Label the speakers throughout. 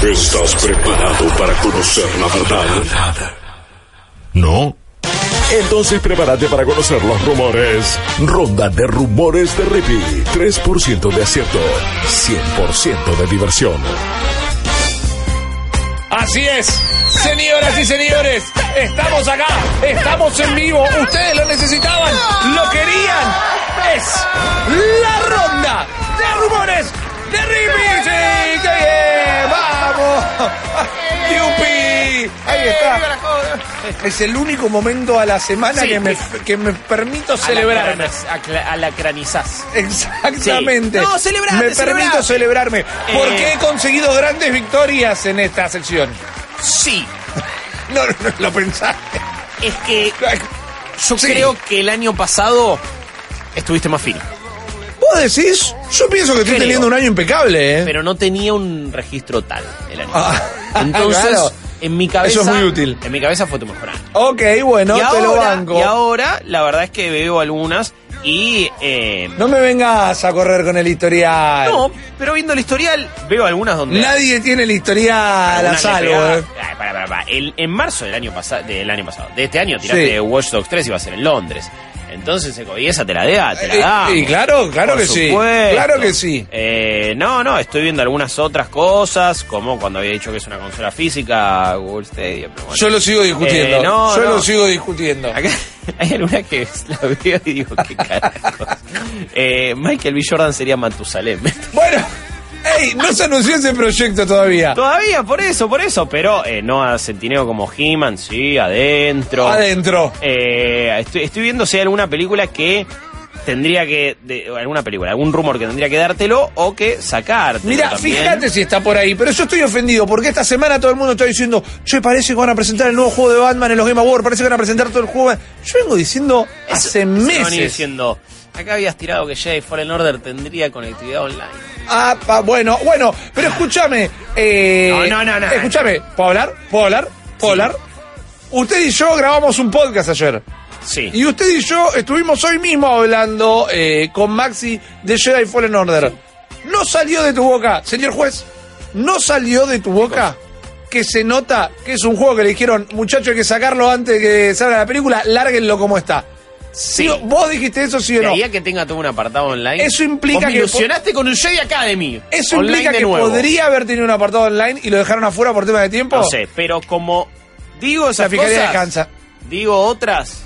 Speaker 1: ¿Estás preparado para conocer la verdad?
Speaker 2: No.
Speaker 1: Entonces prepárate para conocer los rumores. Ronda de rumores de Rippy. 3% de acierto, 100% de diversión.
Speaker 3: Así es, señoras y señores, estamos acá, estamos en vivo, ustedes lo necesitaban, lo querían. Es la ronda de rumores de Rippy. ¡Sí, qué bien! ¡Vamos! ¡Yupi! Ahí está. Es el único momento a la semana
Speaker 4: Sí,
Speaker 3: que, me, que me permito celebrarme.
Speaker 4: A la cranizás.
Speaker 3: Exactamente.
Speaker 4: Sí. No, celebrate,
Speaker 3: Me permito
Speaker 4: celebrate.
Speaker 3: celebrarme porque
Speaker 4: Eh.
Speaker 3: he conseguido grandes victorias en esta sección.
Speaker 4: Sí,
Speaker 3: No, no, no lo pensaste.
Speaker 4: es que yo
Speaker 3: Sí.
Speaker 4: creo que el año pasado estuviste más fino,
Speaker 3: ¿Vos decís? Yo pienso que estoy
Speaker 4: Creo.
Speaker 3: teniendo un año impecable, ¿eh?
Speaker 4: pero no tenía un registro tal el año
Speaker 3: Ah,
Speaker 4: pasado. Entonces,
Speaker 3: claro.
Speaker 4: en mi
Speaker 3: Eso
Speaker 4: cabeza...
Speaker 3: es muy útil.
Speaker 4: En mi cabeza fue tu mejor año.
Speaker 3: Ok, bueno,
Speaker 4: y,
Speaker 3: te
Speaker 4: ahora,
Speaker 3: lo banco.
Speaker 4: y ahora, la verdad es que veo algunas y... eh,
Speaker 3: No me vengas a correr con el historial.
Speaker 4: no, pero viendo el historial, veo algunas donde...
Speaker 3: Nadie tiene el historial a
Speaker 4: Algunas le
Speaker 3: salvo,
Speaker 4: pegaba.
Speaker 3: ¿eh?
Speaker 4: Ay, pará, pará, pará. El- en marzo del año, pasado del año pasado, de este año, tiraste
Speaker 3: Sí.
Speaker 4: Watch Dogs 3 y va a ser en Londres. Entonces, Eco, y esa te la da, te la
Speaker 3: Eh,
Speaker 4: da.
Speaker 3: sí, claro, claro que sí. Claro que sí.
Speaker 4: Eh, no, no, estoy viendo algunas otras cosas, como cuando había dicho que es una consola física, Google Stadia. Pero bueno.
Speaker 3: Yo lo sigo discutiendo.
Speaker 4: Eh, no,
Speaker 3: Yo
Speaker 4: no.
Speaker 3: lo sigo discutiendo.
Speaker 4: Acá hay alguna que la veo y digo, qué carajos. Eh, Michael B. Jordan sería Matusalem.
Speaker 3: Bueno, ey, no se anunció ese proyecto todavía.
Speaker 4: Todavía, por eso, por eso, pero eh, no a Centineo como He-Man, sí, adentro.
Speaker 3: Adentro.
Speaker 4: Eh, estoy, estoy viendo si hay alguna película que tendría que. de- alguna película, algún rumor que tendría que dártelo o que sacarte.
Speaker 3: Mira, fíjate si está por ahí, pero yo estoy ofendido porque esta semana todo el mundo está diciendo, che, parece que van a presentar el nuevo juego de Batman en los Game Awards, parece que van a presentar todo el juego. Yo vengo diciendo hace meses.
Speaker 4: diciendo, acá habías tirado que Jedi Fallen Order tendría conectividad online.
Speaker 3: Ah, pa, bueno, bueno, pero escúchame. eh,
Speaker 4: No, no, no, no.
Speaker 3: Escúchame, ¿puedo hablar? ¿Puedo hablar? ¿Puedo hablar? Usted y yo grabamos un podcast ayer.
Speaker 4: Sí.
Speaker 3: Y usted y yo estuvimos hoy mismo hablando eh, con Maxi de Jedi Fallen Order. No salió de tu boca, señor juez, no salió de tu boca que se nota que es un juego que le dijeron, muchacho, hay que sacarlo antes de que salga la película, lárguenlo como está.
Speaker 4: Sí.
Speaker 3: Digo, ¿Vos dijiste eso, sí o
Speaker 4: De
Speaker 3: no?
Speaker 4: ahí a que tenga todo un apartado online.
Speaker 3: Eso implica
Speaker 4: Vos me
Speaker 3: que-
Speaker 4: ilusionaste con un Jedi Academy.
Speaker 3: Eso
Speaker 4: Online
Speaker 3: implica
Speaker 4: de
Speaker 3: que
Speaker 4: nuevo.
Speaker 3: podría haber tenido un apartado online y lo dejaron afuera por tema de tiempo.
Speaker 4: No sé, pero como digo esas
Speaker 3: La fiscalía
Speaker 4: cosas,
Speaker 3: descansa.
Speaker 4: digo otras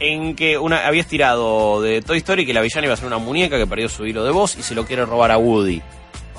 Speaker 4: en que una habías tirado de Toy Story que la villana iba a ser una muñeca que perdió su hilo de voz y se lo quiere robar a Woody.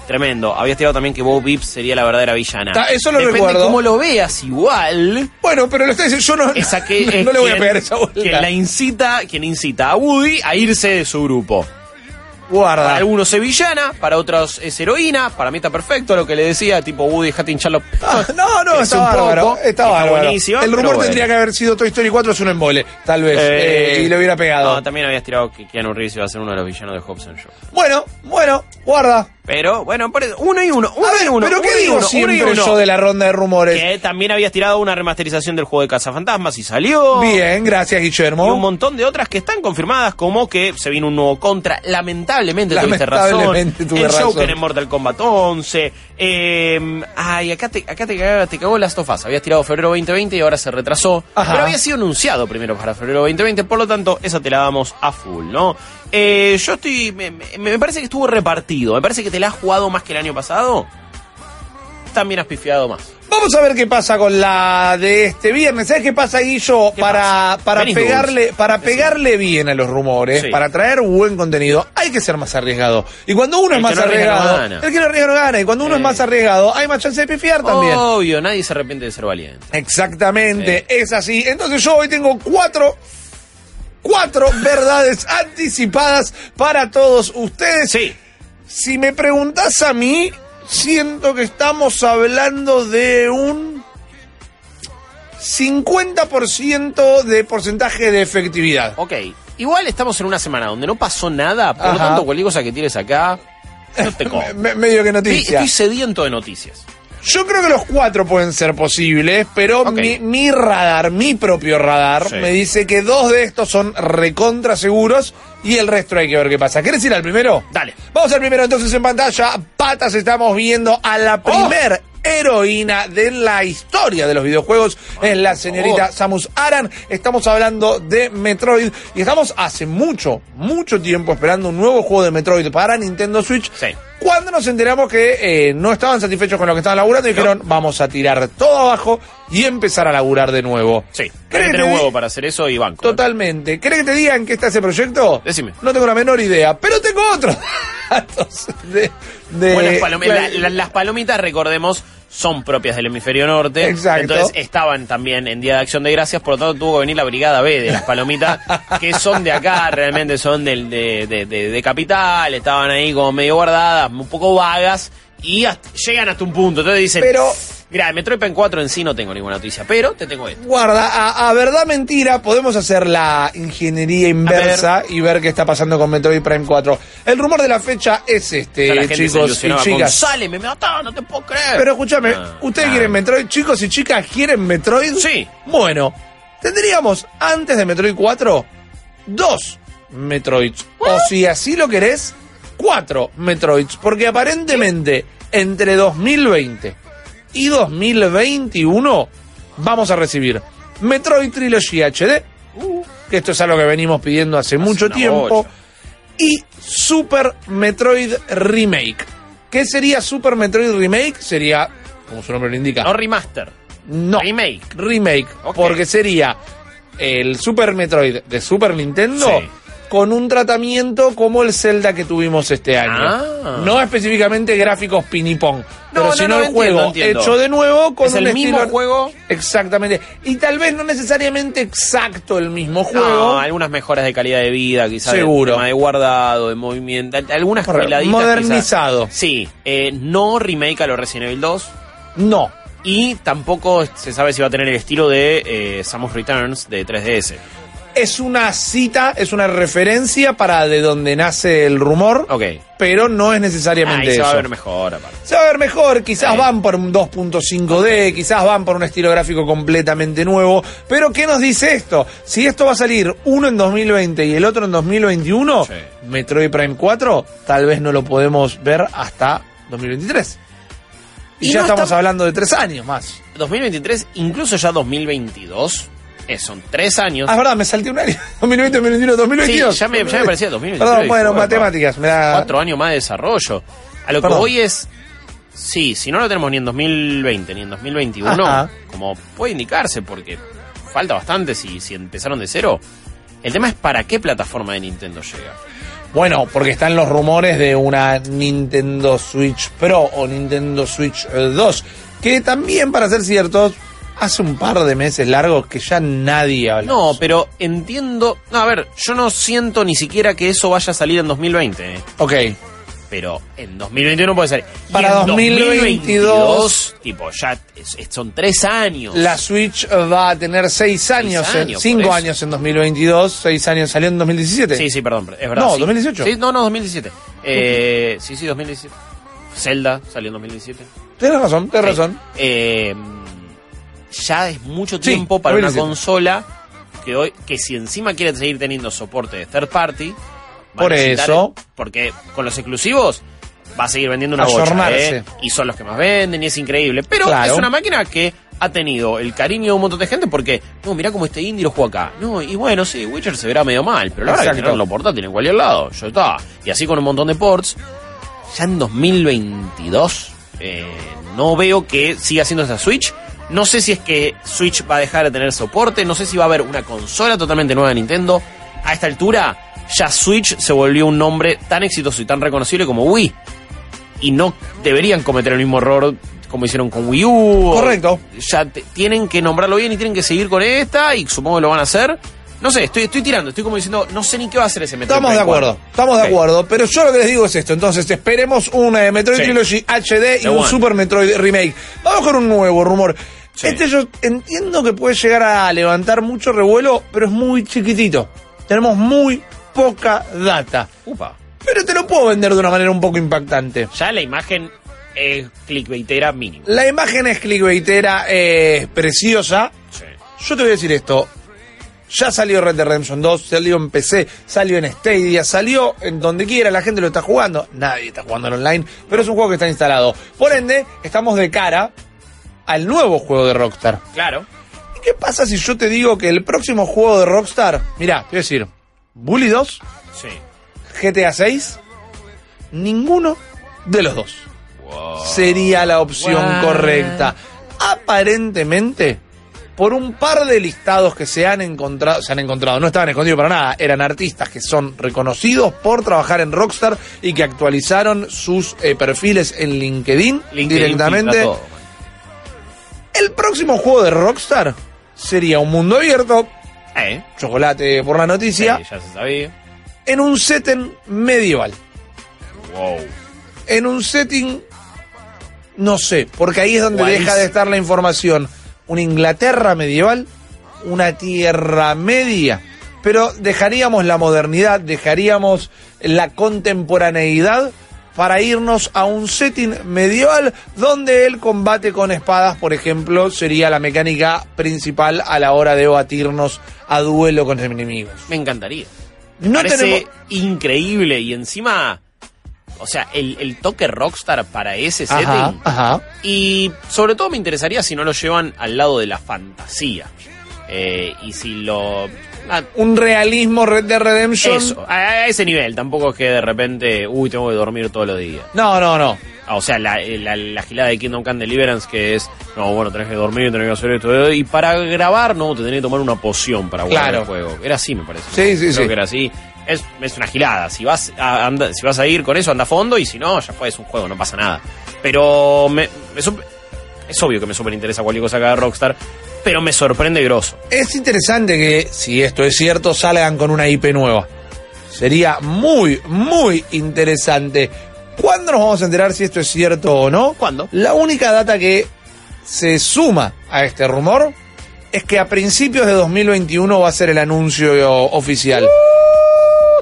Speaker 4: Tremendo. Habías tirado también que Bob Vips sería la verdadera villana.
Speaker 3: Ta, eso lo
Speaker 4: Depende
Speaker 3: recuerdo.
Speaker 4: cómo lo veas igual.
Speaker 3: Bueno, pero lo está diciendo, yo no,
Speaker 4: Esa que
Speaker 3: no,
Speaker 4: es
Speaker 3: no le voy a
Speaker 4: quien-
Speaker 3: pegar esa vuelta.
Speaker 4: Quien la incita, quien incita a Woody a irse de su grupo. Para
Speaker 3: Guarda.
Speaker 4: algunos es villana, para otros es heroína. Para mí está perfecto lo que le decía, tipo Woody, dejate hinchar los...
Speaker 3: Ah, No, no,
Speaker 4: Es
Speaker 3: está
Speaker 4: un
Speaker 3: bárbaro.
Speaker 4: poco,
Speaker 3: está bárbaro.
Speaker 4: buenísimo,
Speaker 3: El rumor
Speaker 4: pero bueno.
Speaker 3: tendría que haber sido Toy Story 4 es un embole, tal vez. eh, y lo hubiera pegado.
Speaker 4: No, también habías tirado que Keanu Reeves iba a ser uno de los villanos de Hobson Show.
Speaker 3: bueno, bueno, guarda.
Speaker 4: Pero, bueno, por eso, uno y uno, uno
Speaker 3: A ver,
Speaker 4: y uno.
Speaker 3: pero
Speaker 4: uno
Speaker 3: ¿qué
Speaker 4: y
Speaker 3: digo
Speaker 4: uno,
Speaker 3: siempre
Speaker 4: uno y uno.
Speaker 3: yo de la ronda de rumores?
Speaker 4: Que también habías tirado una remasterización del juego de Cazafantasmas y salió.
Speaker 3: Bien, gracias,
Speaker 4: Y un
Speaker 3: Guillermo.
Speaker 4: montón de otras que están confirmadas, como que se vino un nuevo contra. Lamentablemente,
Speaker 3: Lamentablemente
Speaker 4: tuviste
Speaker 3: tuve
Speaker 4: razón. el
Speaker 3: razón.
Speaker 4: Joker en Mortal Kombat 11. eh, ay, acá te, acá te, cagaba- te cagó Last of Us. Habías tirado febrero 2020 y ahora se retrasó.
Speaker 3: Ajá.
Speaker 4: Pero había sido anunciado primero para febrero 2020, por lo tanto, esa te la damos a full, ¿no? Eh, yo estoy. Me, me- me parece que estuvo repartido. Me parece que te la has jugado más que el año pasado. También has pifiado más.
Speaker 3: Vamos a ver qué pasa con la de este viernes. ¿Sabes qué pasa, Guillo?
Speaker 4: ¿Qué
Speaker 3: para
Speaker 4: pasa?
Speaker 3: para
Speaker 4: Venís
Speaker 3: pegarle,
Speaker 4: dulce.
Speaker 3: para
Speaker 4: Decime.
Speaker 3: pegarle bien a los rumores,
Speaker 4: Sí.
Speaker 3: para traer buen contenido, hay que ser más arriesgado. Y cuando uno es
Speaker 4: El que
Speaker 3: más
Speaker 4: no arriesga no
Speaker 3: arriesgado,
Speaker 4: gana.
Speaker 3: el que no arriesga no gana. Y cuando uno
Speaker 4: Eh.
Speaker 3: es más arriesgado, hay más chance de pifiar también.
Speaker 4: Obvio, nadie se arrepiente de ser valiente.
Speaker 3: Exactamente, es así. Entonces yo hoy tengo cuatro, cuatro verdades anticipadas para todos ustedes.
Speaker 4: Sí.
Speaker 3: Si me preguntás a mí, siento que estamos hablando de un 50% de porcentaje de efectividad.
Speaker 4: Ok, igual estamos en una semana donde no pasó nada, por lo
Speaker 3: Ajá.
Speaker 4: tanto cualquier cosa que tires acá, no te como.
Speaker 3: Me- medio que
Speaker 4: Estoy,
Speaker 3: noticia.
Speaker 4: estoy sediento de noticias.
Speaker 3: Yo creo que los cuatro pueden ser posibles, pero
Speaker 4: Ok.
Speaker 3: mi, mi radar, mi propio radar,
Speaker 4: Sí.
Speaker 3: me dice que dos de estos son recontra seguros y el resto hay que ver qué pasa. ¿Querés ir al primero?
Speaker 4: Dale. Oh.
Speaker 3: Vamos al primero entonces en pantalla. Patas estamos viendo a la primer heroína de la historia de los videojuegos es la señorita Samus Aran. Estamos hablando de Metroid y estamos hace mucho, mucho tiempo esperando un nuevo juego de Metroid para Nintendo Switch.
Speaker 4: Sí.
Speaker 3: Cuando nos enteramos que eh, no estaban satisfechos con lo que estaban laburando, dijeron, vamos a tirar todo abajo y empezar a laburar de nuevo.
Speaker 4: Sí, hay que
Speaker 3: ¿Crees
Speaker 4: tener
Speaker 3: que di-
Speaker 4: huevo para hacer eso y banco. ¿eh?
Speaker 3: Totalmente. ¿Querés que te digan qué está ese proyecto?
Speaker 4: Decime.
Speaker 3: No tengo la menor idea, pero tengo otros datos de, de-
Speaker 4: Buenas palomi-
Speaker 3: Claro.
Speaker 4: la- la- las palomitas, recordemos, son propias del hemisferio norte.
Speaker 3: Exacto.
Speaker 4: Entonces estaban también en Día de Acción de Gracias, por lo tanto tuvo que venir la Brigada B de las palomitas, que son de acá, realmente son del, de, de- de- de Capital, estaban ahí como medio guardadas, un poco vagas, y hasta- llegan hasta un punto. Entonces dicen,
Speaker 3: Pero-
Speaker 4: mira, Metroid Prime 4 en sí no tengo ninguna noticia, pero te tengo esto.
Speaker 3: Guarda, a, a verdad mentira, podemos hacer la ingeniería inversa y ver qué está pasando con Metroid Prime 4. El rumor de la fecha es
Speaker 4: O
Speaker 3: este,
Speaker 4: sea, la gente se
Speaker 3: chicos y
Speaker 4: ilusionaba con,
Speaker 3: chicas.
Speaker 4: sale, me mataba, no te puedo creer.
Speaker 3: Pero escúchame,
Speaker 4: Ah,
Speaker 3: ¿ustedes
Speaker 4: ah.
Speaker 3: quieren Metroid? Chicos y chicas, ¿quieren Metroid?
Speaker 4: Sí.
Speaker 3: Bueno, tendríamos antes de Metroid 4 dos Metroids. O si así lo querés, cuatro Metroids. Porque aparentemente entre 2020 y 2021 vamos a recibir Metroid Trilogy HD, que esto es algo que venimos pidiendo hace mucho
Speaker 4: una
Speaker 3: tiempo,
Speaker 4: bocha.
Speaker 3: y Super Metroid Remake. ¿Qué sería Super Metroid Remake? Sería, como su nombre lo indica,
Speaker 4: No remaster,
Speaker 3: no.
Speaker 4: remake.
Speaker 3: Remake.
Speaker 4: Ok.
Speaker 3: Porque sería el Super Metroid de Super Nintendo
Speaker 4: Sí.
Speaker 3: con un tratamiento como el Zelda que tuvimos este año.
Speaker 4: Ah.
Speaker 3: No específicamente gráficos pinipón. pero
Speaker 4: no,
Speaker 3: sino
Speaker 4: no,
Speaker 3: el
Speaker 4: entiendo,
Speaker 3: juego
Speaker 4: entiendo.
Speaker 3: hecho de nuevo con
Speaker 4: Es
Speaker 3: un
Speaker 4: el mismo
Speaker 3: estilo-
Speaker 4: juego.
Speaker 3: Exactamente. Y tal vez no necesariamente exacto el mismo
Speaker 4: No,
Speaker 3: juego.
Speaker 4: algunas mejoras de calidad de vida, quizás.
Speaker 3: Seguro.
Speaker 4: De, tema de guardado, de movimiento. al- Algunas
Speaker 3: Correcto.
Speaker 4: peladitas.
Speaker 3: Modernizado.
Speaker 4: quizás. Sí. eh, no remake a los Resident Evil 2.
Speaker 3: No.
Speaker 4: Y tampoco se sabe si va a tener el estilo de eh, Samus Returns de 3DS.
Speaker 3: Es una cita, es una referencia para de donde nace el rumor.
Speaker 4: Ok.
Speaker 3: Pero no es necesariamente
Speaker 4: Ahí se
Speaker 3: eso.
Speaker 4: va a ver mejor, aparte.
Speaker 3: Se va a ver mejor, quizás
Speaker 4: Sí.
Speaker 3: van por un 2.5D, quizás van por un estilo gráfico completamente nuevo, pero ¿qué nos dice esto? Si esto va a salir uno en 2020 y el otro en 2021,
Speaker 4: Sí.
Speaker 3: Metroid Prime 4 tal vez no lo podemos ver hasta 2023. Y,
Speaker 4: Y
Speaker 3: ya
Speaker 4: no
Speaker 3: estamos
Speaker 4: está-
Speaker 3: hablando de tres años más.
Speaker 4: 2023, incluso ya 2022. eh, son tres años.
Speaker 3: Ah, es verdad, me salté un año. 2020, 2021, 2022.
Speaker 4: Sí, ya me- ya me parecía 2022.
Speaker 3: Perdón, bueno,
Speaker 4: Disculpa.
Speaker 3: matemáticas. Me da...
Speaker 4: cuatro años más de desarrollo. A lo que
Speaker 3: Perdón.
Speaker 4: voy es. Sí, si no lo tenemos ni en 2020 ni en 2021,
Speaker 3: Ajá.
Speaker 4: como puede indicarse, porque falta bastante si, si empezaron de cero. El tema es para qué plataforma de Nintendo llega.
Speaker 3: Bueno, porque están los rumores de una Nintendo Switch Pro o Nintendo Switch eh, 2, que también, para ser ciertos, hace un par de meses largos que ya nadie habla.
Speaker 4: No, pero entiendo. No, a ver, yo no siento ni siquiera que eso vaya a salir en 2020. eh,
Speaker 3: Ok,
Speaker 4: Pero en 2021 puede salir. Y
Speaker 3: Para
Speaker 4: en
Speaker 3: 2022,
Speaker 4: tipo, ya es- es- son tres años.
Speaker 3: la Switch eh, va a tener 6 años,
Speaker 4: Seis años,
Speaker 3: 5
Speaker 4: por eso.
Speaker 3: años en 2022, 6 años salió en 2017.
Speaker 4: Sí, sí, perdón, es verdad.
Speaker 3: No,
Speaker 4: sí.
Speaker 3: 2018.
Speaker 4: Sí, no, no, 2017. Eh, sí, sí, 2017. Zelda salió en 2017.
Speaker 3: Tienes razón, tienes
Speaker 4: Sí.
Speaker 3: razón.
Speaker 4: Eh, ya es mucho
Speaker 3: Sí,
Speaker 4: tiempo para una
Speaker 3: 2017.
Speaker 4: consola que hoy que si encima quiere seguir teniendo soporte de third party. van a
Speaker 3: Por
Speaker 4: necesitar-
Speaker 3: eso.
Speaker 4: Porque con los exclusivos va a seguir vendiendo una bocha,
Speaker 3: Ayornarse.
Speaker 4: ¿eh? Y son los que más venden y es increíble. Pero
Speaker 3: Claro.
Speaker 4: es una máquina que ha tenido el cariño de un montón de gente porque, no, mirá cómo este indie lo juega acá. No, y bueno, sí, Witcher se verá medio mal, pero la verdad que
Speaker 3: Exacto.
Speaker 4: tenerlo portátil en cualquier lado, yo está. Y así con un montón de ports, ya en 2022 eh, no veo que siga siendo esa Switch. No sé si es que Switch va a dejar de tener soporte, no sé si va a haber una consola totalmente nueva de Nintendo. A esta altura, ya Switch se volvió un nombre tan exitoso y tan reconocible como Wii. Y no deberían cometer el mismo error como hicieron con Wii U.
Speaker 3: Correcto.
Speaker 4: Ya te- tienen que nombrarlo bien y tienen que seguir con esta y supongo que lo van a hacer. No sé, estoy, estoy tirando, estoy como diciendo, no sé ni qué va a hacer ese Metroid
Speaker 3: Estamos de
Speaker 4: Prime
Speaker 3: acuerdo,
Speaker 4: 4.
Speaker 3: estamos de
Speaker 4: Ok.
Speaker 3: acuerdo, pero yo lo que les digo es esto, entonces esperemos un eh, Metroid
Speaker 4: Sí.
Speaker 3: Trilogy HD y
Speaker 4: The
Speaker 3: un
Speaker 4: one.
Speaker 3: Super Metroid Remake. Vamos con un nuevo rumor.
Speaker 4: Sí.
Speaker 3: Este yo entiendo que puede llegar a levantar mucho revuelo, pero es muy chiquitito. Tenemos muy poca data.
Speaker 4: Upa.
Speaker 3: Pero te lo puedo vender de una manera un poco impactante.
Speaker 4: Ya la imagen es clickbaitera mínimo.
Speaker 3: La imagen es clickbaitera, eh, es preciosa.
Speaker 4: Sí.
Speaker 3: Yo te voy a decir esto. Ya salió Red Dead Redemption 2, salió en PC, salió en Stadia, salió en donde quiera, la gente lo está jugando. Nadie está jugando en online, pero es un juego que está instalado. Por ende, estamos de cara al nuevo juego de Rockstar.
Speaker 4: Claro.
Speaker 3: ¿Y qué pasa si yo te digo que el próximo juego de Rockstar, mirá, te voy a decir, Bully 2,
Speaker 4: Sí.
Speaker 3: GTA 6, ninguno de los dos sería la opción
Speaker 4: Wow.
Speaker 3: correcta. Aparentemente, por un par de listados que se han encontrado, se han encontrado, no estaban escondidos para nada, eran artistas que son reconocidos por trabajar en Rockstar y que actualizaron sus eh, perfiles en LinkedIn,
Speaker 4: LinkedIn
Speaker 3: directamente.
Speaker 4: filtra todo.
Speaker 3: El próximo juego de Rockstar sería un mundo abierto,
Speaker 4: Eh,
Speaker 3: chocolate por la
Speaker 4: sí,
Speaker 3: noticia,
Speaker 4: ya se sabía.
Speaker 3: en un setting medieval.
Speaker 4: Wow.
Speaker 3: en un setting, no sé, porque ahí es donde
Speaker 4: Guarísimo.
Speaker 3: deja de estar la información. Una Inglaterra medieval, una Tierra Media. Pero dejaríamos la modernidad, dejaríamos la contemporaneidad para irnos a un setting medieval donde el combate con espadas, por ejemplo, sería la mecánica principal a la hora de batirnos a duelo con enemigos.
Speaker 4: Me encantaría.
Speaker 3: No
Speaker 4: Parece
Speaker 3: tenemos...
Speaker 4: increíble y encima. O sea, el, el toque rockstar para ese setting.
Speaker 3: Ajá, ajá.
Speaker 4: Y sobre todo me interesaría si no lo llevan al lado de la fantasía. Eh, y si lo. ah,
Speaker 3: Un realismo Red Dead Redemption.
Speaker 4: eso, a, a ese nivel, tampoco es que de repente, uy, tengo que dormir todos los días.
Speaker 3: No, no, no.
Speaker 4: Ah, o sea, la, la, la gilada de Kingdom Come Deliverance que es, no, bueno, tenés que dormir, tenés que hacer esto. Y para grabar, no, te tenés que tomar una poción para jugar
Speaker 3: Claro.
Speaker 4: el juego. Era así, me parece.
Speaker 3: Sí, sí,
Speaker 4: Creo
Speaker 3: sí.
Speaker 4: que era así. Es, es una gilada. Si vas, a, anda- si vas a ir con eso, anda a fondo y si no, ya fue, es un juego, no pasa nada. Pero me, me sup- es obvio que me súper interesa cualquier cosa que haga Rockstar, pero me sorprende grosso.
Speaker 3: Es interesante que, si esto es cierto, salgan con una IP nueva. Sería muy, muy interesante. ¿Cuándo nos vamos a enterar si esto es cierto o no?
Speaker 4: ¿Cuándo?
Speaker 3: La única data que se suma a este rumor es que a principios de 2021 va a ser el anuncio oficial.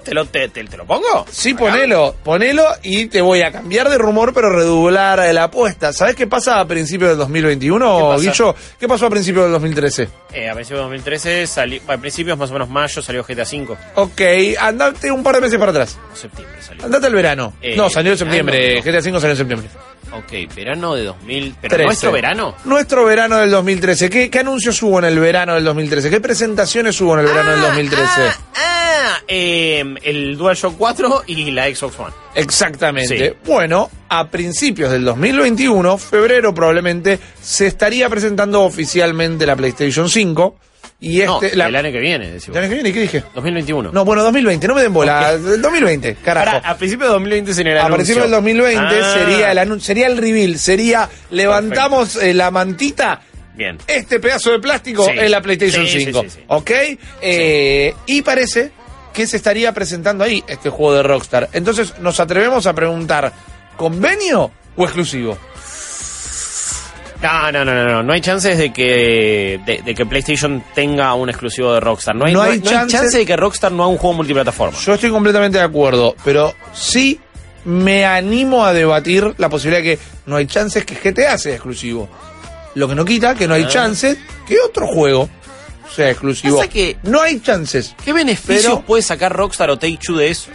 Speaker 4: ¿Te lo, te, te- te lo pongo?
Speaker 3: Sí,
Speaker 4: Uh, Acá.
Speaker 3: ponelo, ponelo y te voy a cambiar de rumor, pero redoblar eh, la apuesta. ¿Sabes qué pasa a principios del 2021,
Speaker 4: ¿Qué pasa?
Speaker 3: Guillo? ¿Qué pasó a principios del 2013?
Speaker 4: Eh, a principios de 2013, salió, a principios más o menos mayo, salió GTA V.
Speaker 3: Ok, andate un par de meses para atrás.
Speaker 4: Septiembre salió.
Speaker 3: Andate al verano.
Speaker 4: Eh,
Speaker 3: no, salió en septiembre.
Speaker 4: verano,
Speaker 3: GTA V salió en septiembre.
Speaker 4: Ok, verano de 2000. ¿Pero
Speaker 3: 13.
Speaker 4: nuestro verano?
Speaker 3: Nuestro verano del 2013. ¿Qué, qué anuncios hubo en el verano del 2013? ¿Qué presentaciones hubo en el verano del 2013?
Speaker 4: Ah, ah, eh, el DualShock 4 y la Xbox One.
Speaker 3: Exactamente.
Speaker 4: Sí.
Speaker 3: Bueno, a principios del 2021, febrero probablemente, se estaría presentando oficialmente la PlayStation 5. Y
Speaker 4: No,
Speaker 3: este. la-
Speaker 4: el año que viene,
Speaker 3: ¿El
Speaker 4: decimos.
Speaker 3: año que viene? ¿Y qué dije?
Speaker 4: 2021.
Speaker 3: No, bueno, 2020, no me den bola. 2020, carajo.
Speaker 4: Pará, a principios de 2020 sería el
Speaker 3: A
Speaker 4: Este anuncio.
Speaker 3: partir del 2020
Speaker 4: Ah,
Speaker 3: sería el anun- sería el reveal, sería levantamos eh, la mantita.
Speaker 4: Bien.
Speaker 3: Este pedazo de plástico
Speaker 4: Sí.
Speaker 3: es la PlayStation
Speaker 4: Sí, sí,
Speaker 3: 5.
Speaker 4: sí, sí.
Speaker 3: ¿Ok? Eh, Y parece que se estaría presentando ahí este juego de Rockstar. Entonces nos atrevemos a preguntar, ¿convenio o exclusivo?
Speaker 4: No, no, no, no, no. No hay chances de que, de, de que PlayStation tenga un exclusivo de Rockstar. No hay,
Speaker 3: No
Speaker 4: no
Speaker 3: hay
Speaker 4: hay- no hay
Speaker 3: chances-
Speaker 4: chance de que Rockstar no haga un juego multiplataforma.
Speaker 3: Yo estoy completamente de acuerdo, pero sí me animo a debatir la posibilidad de que no hay chances que GTA sea exclusivo. Lo que no quita que no hay chances que otro juego sea exclusivo.
Speaker 4: Ah. Pasa que-
Speaker 3: No hay chances.
Speaker 4: ¿Qué beneficios
Speaker 3: Pero-
Speaker 4: puede sacar Rockstar o Take-Two de eso?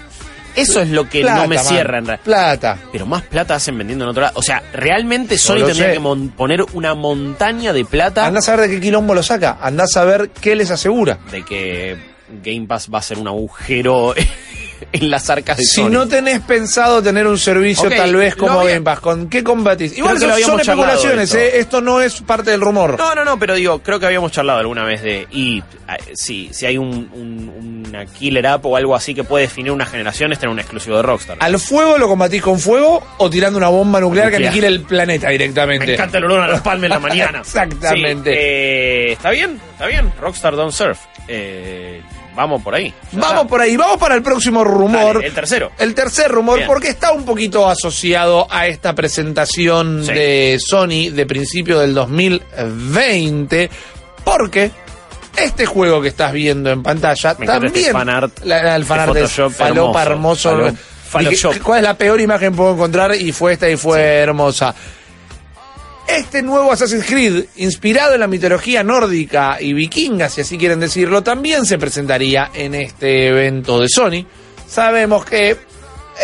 Speaker 4: Eso es lo que no me
Speaker 3: man.
Speaker 4: cierra en realidad.
Speaker 3: Plata.
Speaker 4: pero más plata hacen vendiendo en otro lado. O sea, realmente Sony
Speaker 3: lo
Speaker 4: tendría
Speaker 3: sé.
Speaker 4: que mon- poner una montaña de plata
Speaker 3: Andás a ver de qué quilombo lo saca. Andás a ver qué les asegura.
Speaker 4: de que Game Pass va a ser un agujero en las arcas de
Speaker 3: Si
Speaker 4: Sony.
Speaker 3: no tenés pensado tener un servicio
Speaker 4: Ok,
Speaker 3: tal vez
Speaker 4: lo
Speaker 3: como
Speaker 4: había-
Speaker 3: Game Pass, ¿con qué combatís? Igual
Speaker 4: Creo que lo
Speaker 3: son- son
Speaker 4: habíamos charlado
Speaker 3: especulaciones,
Speaker 4: esto.
Speaker 3: ¿eh? esto no es parte del rumor.
Speaker 4: no, no, no, pero digo, creo que habíamos charlado alguna vez de. Y ah, sí, si hay un, un- una killer app o algo así que puede definir una generación, es tener un exclusivo de Rockstar.
Speaker 3: ¿Al fuego lo combatís con fuego o tirando una bomba nuclear que
Speaker 4: Nuclear.
Speaker 3: aniquile el planeta directamente?
Speaker 4: Me encanta el olor a las palmas en la mañana.
Speaker 3: Exactamente.
Speaker 4: Sí, eh, está bien, está bien. Rockstar Don't Surf. Eh, vamos por ahí. Ya
Speaker 3: Vamos
Speaker 4: está.
Speaker 3: por ahí, vamos para el próximo rumor.
Speaker 4: Dale, el tercero.
Speaker 3: El tercer rumor,
Speaker 4: Bien.
Speaker 3: porque está un poquito asociado a esta presentación
Speaker 4: Sí.
Speaker 3: de Sony de principio del 2020, porque este juego que estás viendo en pantalla
Speaker 4: Me encanta
Speaker 3: también
Speaker 4: este fanart
Speaker 3: la, la- el fanart
Speaker 4: de
Speaker 3: es
Speaker 4: Photoshop
Speaker 3: falopa
Speaker 4: hermoso.
Speaker 3: hermoso.
Speaker 4: Falo- Photoshop.
Speaker 3: Dije, ¿Cuál es la peor imagen que puedo encontrar? Y fue esta y fue hermosa. Este nuevo Assassin's Creed, inspirado en la mitología nórdica y vikinga, si así quieren decirlo, también se presentaría en este evento de Sony. Sabemos que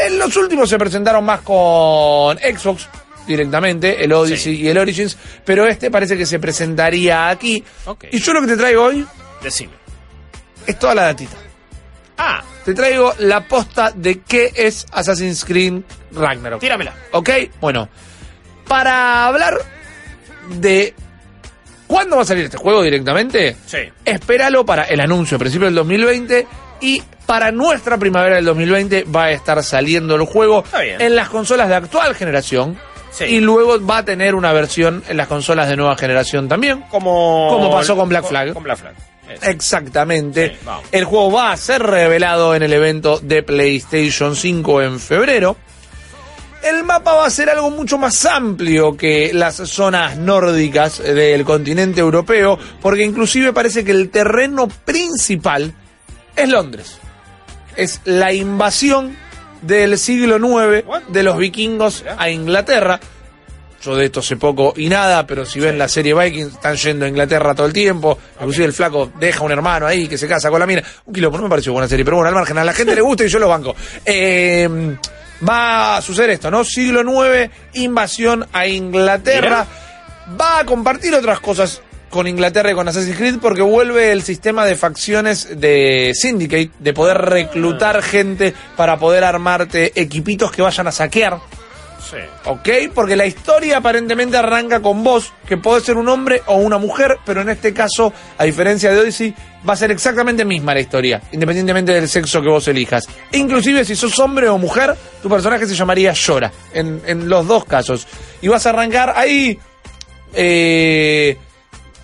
Speaker 3: en los últimos se presentaron más con Xbox directamente, el Odyssey y el Origins, pero este parece que se presentaría aquí.
Speaker 4: Ok.
Speaker 3: Y yo lo que te traigo hoy
Speaker 4: Decime.
Speaker 3: es toda la datita.
Speaker 4: Ah,
Speaker 3: Te traigo la posta de qué es Assassin's Creed Ragnarok.
Speaker 4: tíramela.
Speaker 3: ¿Ok? Bueno, para hablar de cuándo va a salir este juego directamente,
Speaker 4: Sí.
Speaker 3: espéralo para el anuncio a principios del 2020 y para nuestra primavera del 2020 va a estar saliendo el juego
Speaker 4: Está bien.
Speaker 3: en las consolas de actual generación
Speaker 4: Sí.
Speaker 3: y luego va a tener una versión en las consolas de nueva generación también.
Speaker 4: Como,
Speaker 3: Como pasó con Black Flag. Eh,
Speaker 4: Con Black Flag. Eso.
Speaker 3: Exactamente.
Speaker 4: Sí, vamos.
Speaker 3: el juego va a ser revelado en el evento de PlayStation 5 en febrero. El mapa va a ser algo mucho más amplio que las zonas nórdicas del continente europeo, porque inclusive parece que el terreno principal es Londres. Es la invasión del siglo IX
Speaker 4: What?
Speaker 3: de los vikingos
Speaker 4: Mirá.
Speaker 3: a Inglaterra. Yo de esto sé poco y nada, pero si ven la serie Vikings, están yendo a Inglaterra todo el tiempo. Inclusive el flaco deja un hermano ahí que se casa con la mina. Un quilombo, no me pareció buena serie, pero bueno, al margen, a la gente le gusta y yo lo banco. Eh, va a suceder esto, ¿no? Siglo IX, invasión a Inglaterra. Va a compartir otras cosas con Inglaterra y con Assassin's Creed porque vuelve el sistema de facciones de Syndicate, de poder reclutar gente para poder armarte equipitos que vayan a saquear.
Speaker 4: Sí.
Speaker 3: ¿Ok? Porque la historia aparentemente arranca con vos, que puede ser un hombre o una mujer, pero en este caso, a diferencia de Odyssey, va a ser exactamente misma la historia, independientemente del sexo que vos elijas. Inclusive si sos hombre o mujer, tu personaje se llamaría Llora, en, en los dos casos. Y vas a arrancar ahí... eh,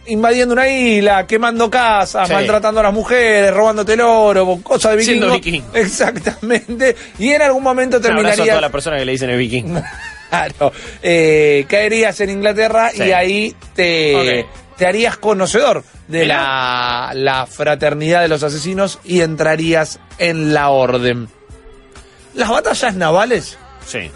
Speaker 3: invadiendo una isla, quemando casas,
Speaker 4: Sí.
Speaker 3: maltratando a las mujeres, robándote el oro, cosas de
Speaker 4: Siendo
Speaker 3: vikingo.
Speaker 4: vikingo.
Speaker 3: Exactamente. Y en algún momento
Speaker 4: Un abrazo a
Speaker 3: terminaría...
Speaker 4: todas las personas que le dicen el viking.
Speaker 3: Claro, eh, caerías en Inglaterra
Speaker 4: Sí.
Speaker 3: y ahí te,
Speaker 4: Ok.
Speaker 3: te harías conocedor de la,
Speaker 4: Mirá.
Speaker 3: la fraternidad de los asesinos y entrarías en la orden. Las batallas navales
Speaker 4: Sí.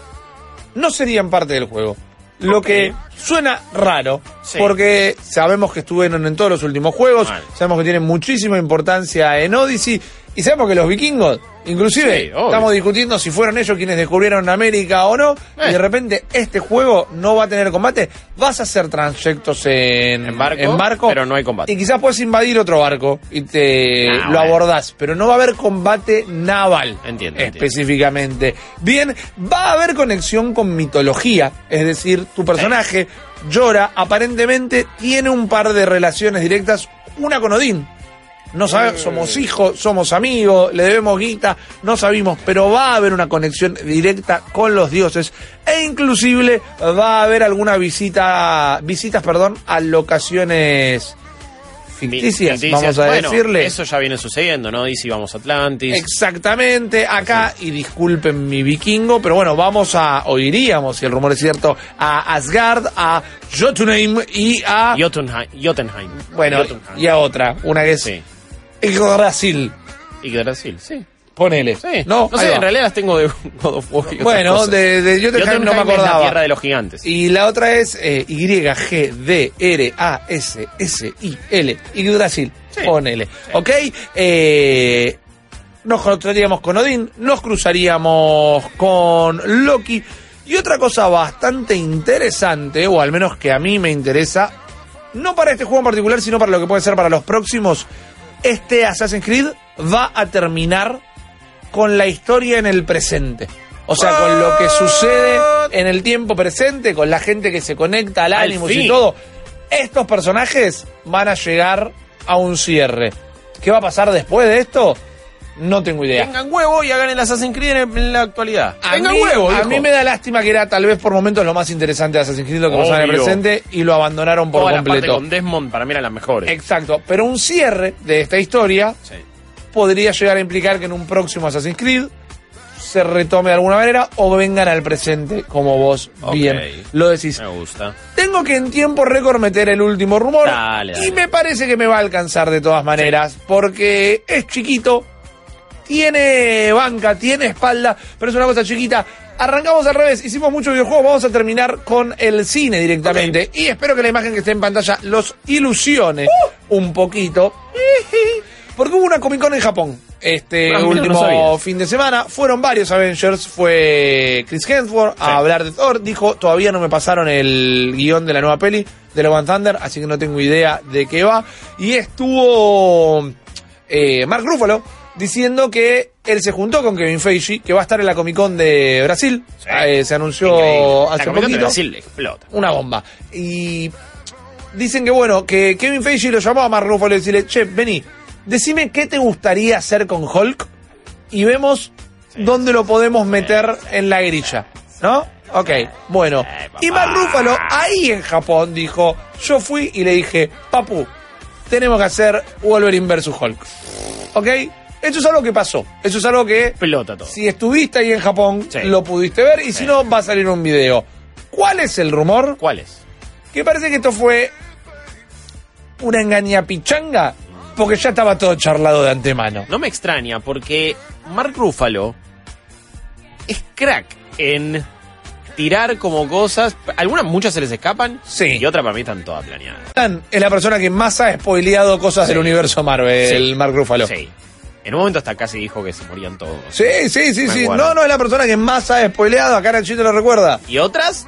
Speaker 3: no serían parte del juego. Lo
Speaker 4: Ok.
Speaker 3: que suena raro,
Speaker 4: Sí.
Speaker 3: porque sabemos que estuvieron en todos los últimos juegos,
Speaker 4: Mal.
Speaker 3: sabemos que tienen muchísima importancia en Odyssey, y sabemos que los vikingos, inclusive,
Speaker 4: Sí, obvio.
Speaker 3: estamos discutiendo si fueron ellos quienes descubrieron América o no,
Speaker 4: Eh.
Speaker 3: y de repente este juego no va a tener combate, vas a hacer trayectos en,
Speaker 4: En barco, pero no hay combate.
Speaker 3: Y quizás puedes invadir otro barco y te
Speaker 4: Ah,
Speaker 3: lo
Speaker 4: bueno.
Speaker 3: abordás, pero no va a haber combate naval
Speaker 4: Entiendo, entiendo.
Speaker 3: específicamente. Bien, va a haber conexión con mitología, es decir, tu personaje llora, aparentemente tiene un par de relaciones directas, una con Odín. No
Speaker 4: Mm.
Speaker 3: sabemos, somos hijos, somos amigos, le debemos guita, no sabemos, pero va a haber una conexión directa con los dioses e inclusive va a haber alguna visita, visitas, perdón, a locaciones ficticias, vamos a
Speaker 4: Bueno,
Speaker 3: decirle.
Speaker 4: Eso ya viene sucediendo, ¿no? Dice vamos a Atlantis.
Speaker 3: Exactamente, acá, y disculpen mi vikingo, pero bueno, vamos a, o iríamos, si el rumor es cierto, a Asgard, a Jotunheim y a,
Speaker 4: Jotunheim. Jotunheim.
Speaker 3: bueno,
Speaker 4: Jotunheim.
Speaker 3: y a otra, una que es
Speaker 4: Sí.
Speaker 3: Brasil,
Speaker 4: Yggdrasil, sí.
Speaker 3: ponele.
Speaker 4: Sí.
Speaker 3: No,
Speaker 4: no
Speaker 3: Ahí
Speaker 4: sé,
Speaker 3: va.
Speaker 4: en realidad las tengo de God of War y otras
Speaker 3: Bueno,
Speaker 4: cosas.
Speaker 3: de, de Jotunheim, no me
Speaker 4: Jotunheim es la
Speaker 3: acordaba.
Speaker 4: tierra de los gigantes.
Speaker 3: Y la otra es eh, Y-G-D-R-A-S-S-I-L. Y Brasil.
Speaker 4: Sí.
Speaker 3: Ponele. ¿Ok? Eh, nos cruzaríamos con Odín, nos cruzaríamos con Loki. Y otra cosa bastante interesante, o al menos que a mí me interesa, no para este juego en particular, sino para lo que puede ser para los próximos, este Assassin's Creed va a terminar con la historia en el presente. O sea, con lo que sucede en el tiempo presente, con la gente que se conecta al
Speaker 4: Al
Speaker 3: ánimo
Speaker 4: fin.
Speaker 3: y todo. Estos personajes van a llegar a un cierre. ¿Qué va a pasar después de esto? No tengo idea.
Speaker 4: Tengan huevo y hagan el Assassin's Creed en, en la actualidad.
Speaker 3: A
Speaker 4: Tengan
Speaker 3: mí,
Speaker 4: huevo,
Speaker 3: a
Speaker 4: viejo.
Speaker 3: mí me da lástima que era tal vez por momentos lo más interesante de Assassin's Creed lo que pasaba en el
Speaker 4: Obvio.
Speaker 3: presente y lo abandonaron por
Speaker 4: Toda la parte
Speaker 3: completo.
Speaker 4: con Desmond para mí eran las mejores.
Speaker 3: Exacto, pero un cierre de esta historia
Speaker 4: Sí.
Speaker 3: podría llegar a implicar que en un próximo Assassin's Creed se retome de alguna manera o vengan al presente como vos
Speaker 4: Ok.
Speaker 3: bien lo decís.
Speaker 4: Me gusta.
Speaker 3: Tengo que en tiempo récord meter el último rumor
Speaker 4: Dale, dale.
Speaker 3: y me parece que me va a alcanzar de todas maneras porque es chiquito, tiene banca, tiene espalda, pero es una cosa chiquita. Arrancamos al revés, hicimos muchos videojuegos, vamos a terminar con el cine directamente. Y espero que la imagen que esté en pantalla los ilusione
Speaker 4: ¡Uh!
Speaker 3: un poquito. Porque hubo una Comic Con en Japón este
Speaker 4: Ah, mira, no
Speaker 3: último
Speaker 4: sabía.
Speaker 3: fin de semana. Fueron varios Avengers, fue Chris Hemsworth a hablar de Thor. Dijo, todavía no me pasaron el guión de la nueva peli de Love and Thunder, así que no tengo idea de qué va. Y estuvo eh, Mark Ruffalo diciendo que él se juntó con Kevin Feige, que va a estar en la Comic Con de Brasil.
Speaker 4: Sí.
Speaker 3: Eh, se anunció
Speaker 4: Increíble. La
Speaker 3: hace un
Speaker 4: Comic Con de
Speaker 3: poquito
Speaker 4: Brasil explota.
Speaker 3: una bomba. Y dicen que bueno, que Kevin Feige lo llamó a Mark Ruffalo y decirle, che, vení, decime qué te gustaría hacer con Hulk y vemos dónde lo podemos meter en la grilla, ¿no? Ok, bueno. Y Mark Ruffalo ahí en Japón dijo, yo fui y le dije, papu, tenemos que hacer Wolverine versus Hulk. ¿Ok? Eso es algo que pasó. Eso es algo que
Speaker 4: Explota todo.
Speaker 3: si estuviste ahí en Japón,
Speaker 4: Sí.
Speaker 3: lo pudiste ver y si
Speaker 4: Sí.
Speaker 3: no, va a salir un video. ¿Cuál es el rumor?
Speaker 4: ¿Cuál es?
Speaker 3: Que parece que esto fue una engañapichanga porque ya estaba todo charlado de antemano.
Speaker 4: No me extraña porque Mark Ruffalo es crack en tirar como cosas. Algunas, muchas se les escapan.
Speaker 3: Sí.
Speaker 4: Y otras para mí están todas planeadas.
Speaker 3: Stan es la persona que más ha spoileado cosas
Speaker 4: Sí.
Speaker 3: del universo Marvel,
Speaker 4: Sí.
Speaker 3: el Mark Ruffalo. Sí,
Speaker 4: Sí. En un momento hasta casi dijo que se morían todos.
Speaker 3: sí, sí, sí.
Speaker 4: Me acuerdo.
Speaker 3: No, no es la persona que más ha spoileado. Acá Nachito lo recuerda.
Speaker 4: Y otras,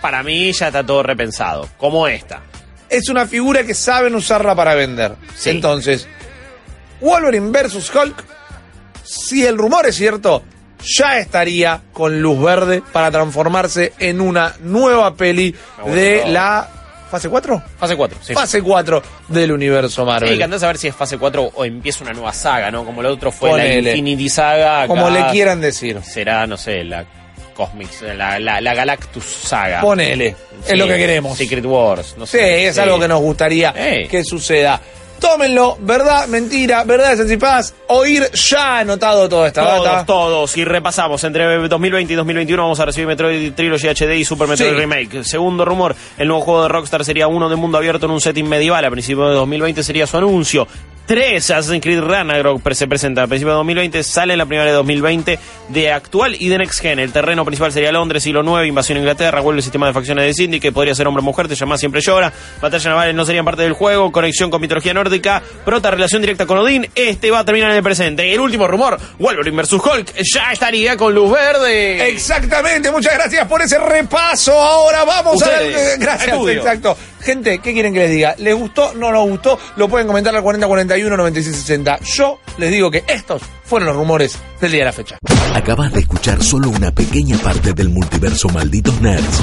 Speaker 4: para mí ya está todo repensado. Como esta.
Speaker 3: es una figura que saben usarla para vender.
Speaker 4: Sí.
Speaker 3: Entonces, Wolverine versus Hulk, si el rumor es cierto, ya estaría con luz verde para transformarse en una nueva peli
Speaker 4: bueno,
Speaker 3: de
Speaker 4: no.
Speaker 3: la fase 4.
Speaker 4: Fase 4. Sí.
Speaker 3: Fase 4 del universo Marvel.
Speaker 4: Sí, que andás a ver si es fase 4 o empieza una nueva saga, ¿no? Como el otro fue la
Speaker 3: Ponele.
Speaker 4: Infinity Saga. acá
Speaker 3: como le quieran decir.
Speaker 4: Será, no sé, la Cosmic, la, la, la Galactus Saga.
Speaker 3: Ponele.
Speaker 4: Sí,
Speaker 3: es lo que queremos.
Speaker 4: Secret Wars, no
Speaker 3: Sí,
Speaker 4: sé.
Speaker 3: es
Speaker 4: sí.
Speaker 3: algo que nos gustaría
Speaker 4: Ey.
Speaker 3: que suceda. Tómenlo, verdad, mentira, verdades anticipadas, oír ya anotado toda esta data.
Speaker 4: Todos, todos, y repasamos, entre 2020 y 2021 vamos a recibir Metroid Trilogy HD y Super Metroid
Speaker 3: Sí.
Speaker 4: Remake. Segundo rumor, el nuevo juego de Rockstar sería uno de mundo abierto en un setting medieval, a principios de 2020 sería su anuncio. Tres, Assassin's Creed Ragnarok pre- se presenta a principios de 2020, sale en la primera de 2020 de actual y de Next Gen. El terreno principal sería Londres, siglo IX, invasión a Inglaterra, vuelve el sistema de facciones de Cindy, que podría ser hombre o mujer, te llamás siempre llora. Batallas navales no serían parte del juego, conexión con mitología nórdica, prota relación directa con Odín, este va a terminar en el presente. El último rumor, Wolverine vs Hulk, ya estaría con luz verde.
Speaker 3: Exactamente, muchas gracias por ese repaso. Ahora vamos
Speaker 4: Ustedes,
Speaker 3: a ver. Gracias,
Speaker 4: estudio.
Speaker 3: exacto. Gente, ¿qué quieren que les diga? ¿Les gustó? ¿No nos gustó? Lo pueden comentar al 4041 9660. Yo les digo que estos fueron los rumores del día de la fecha.
Speaker 1: Acabas de escuchar solo una pequeña parte del multiverso Malditos Nerds.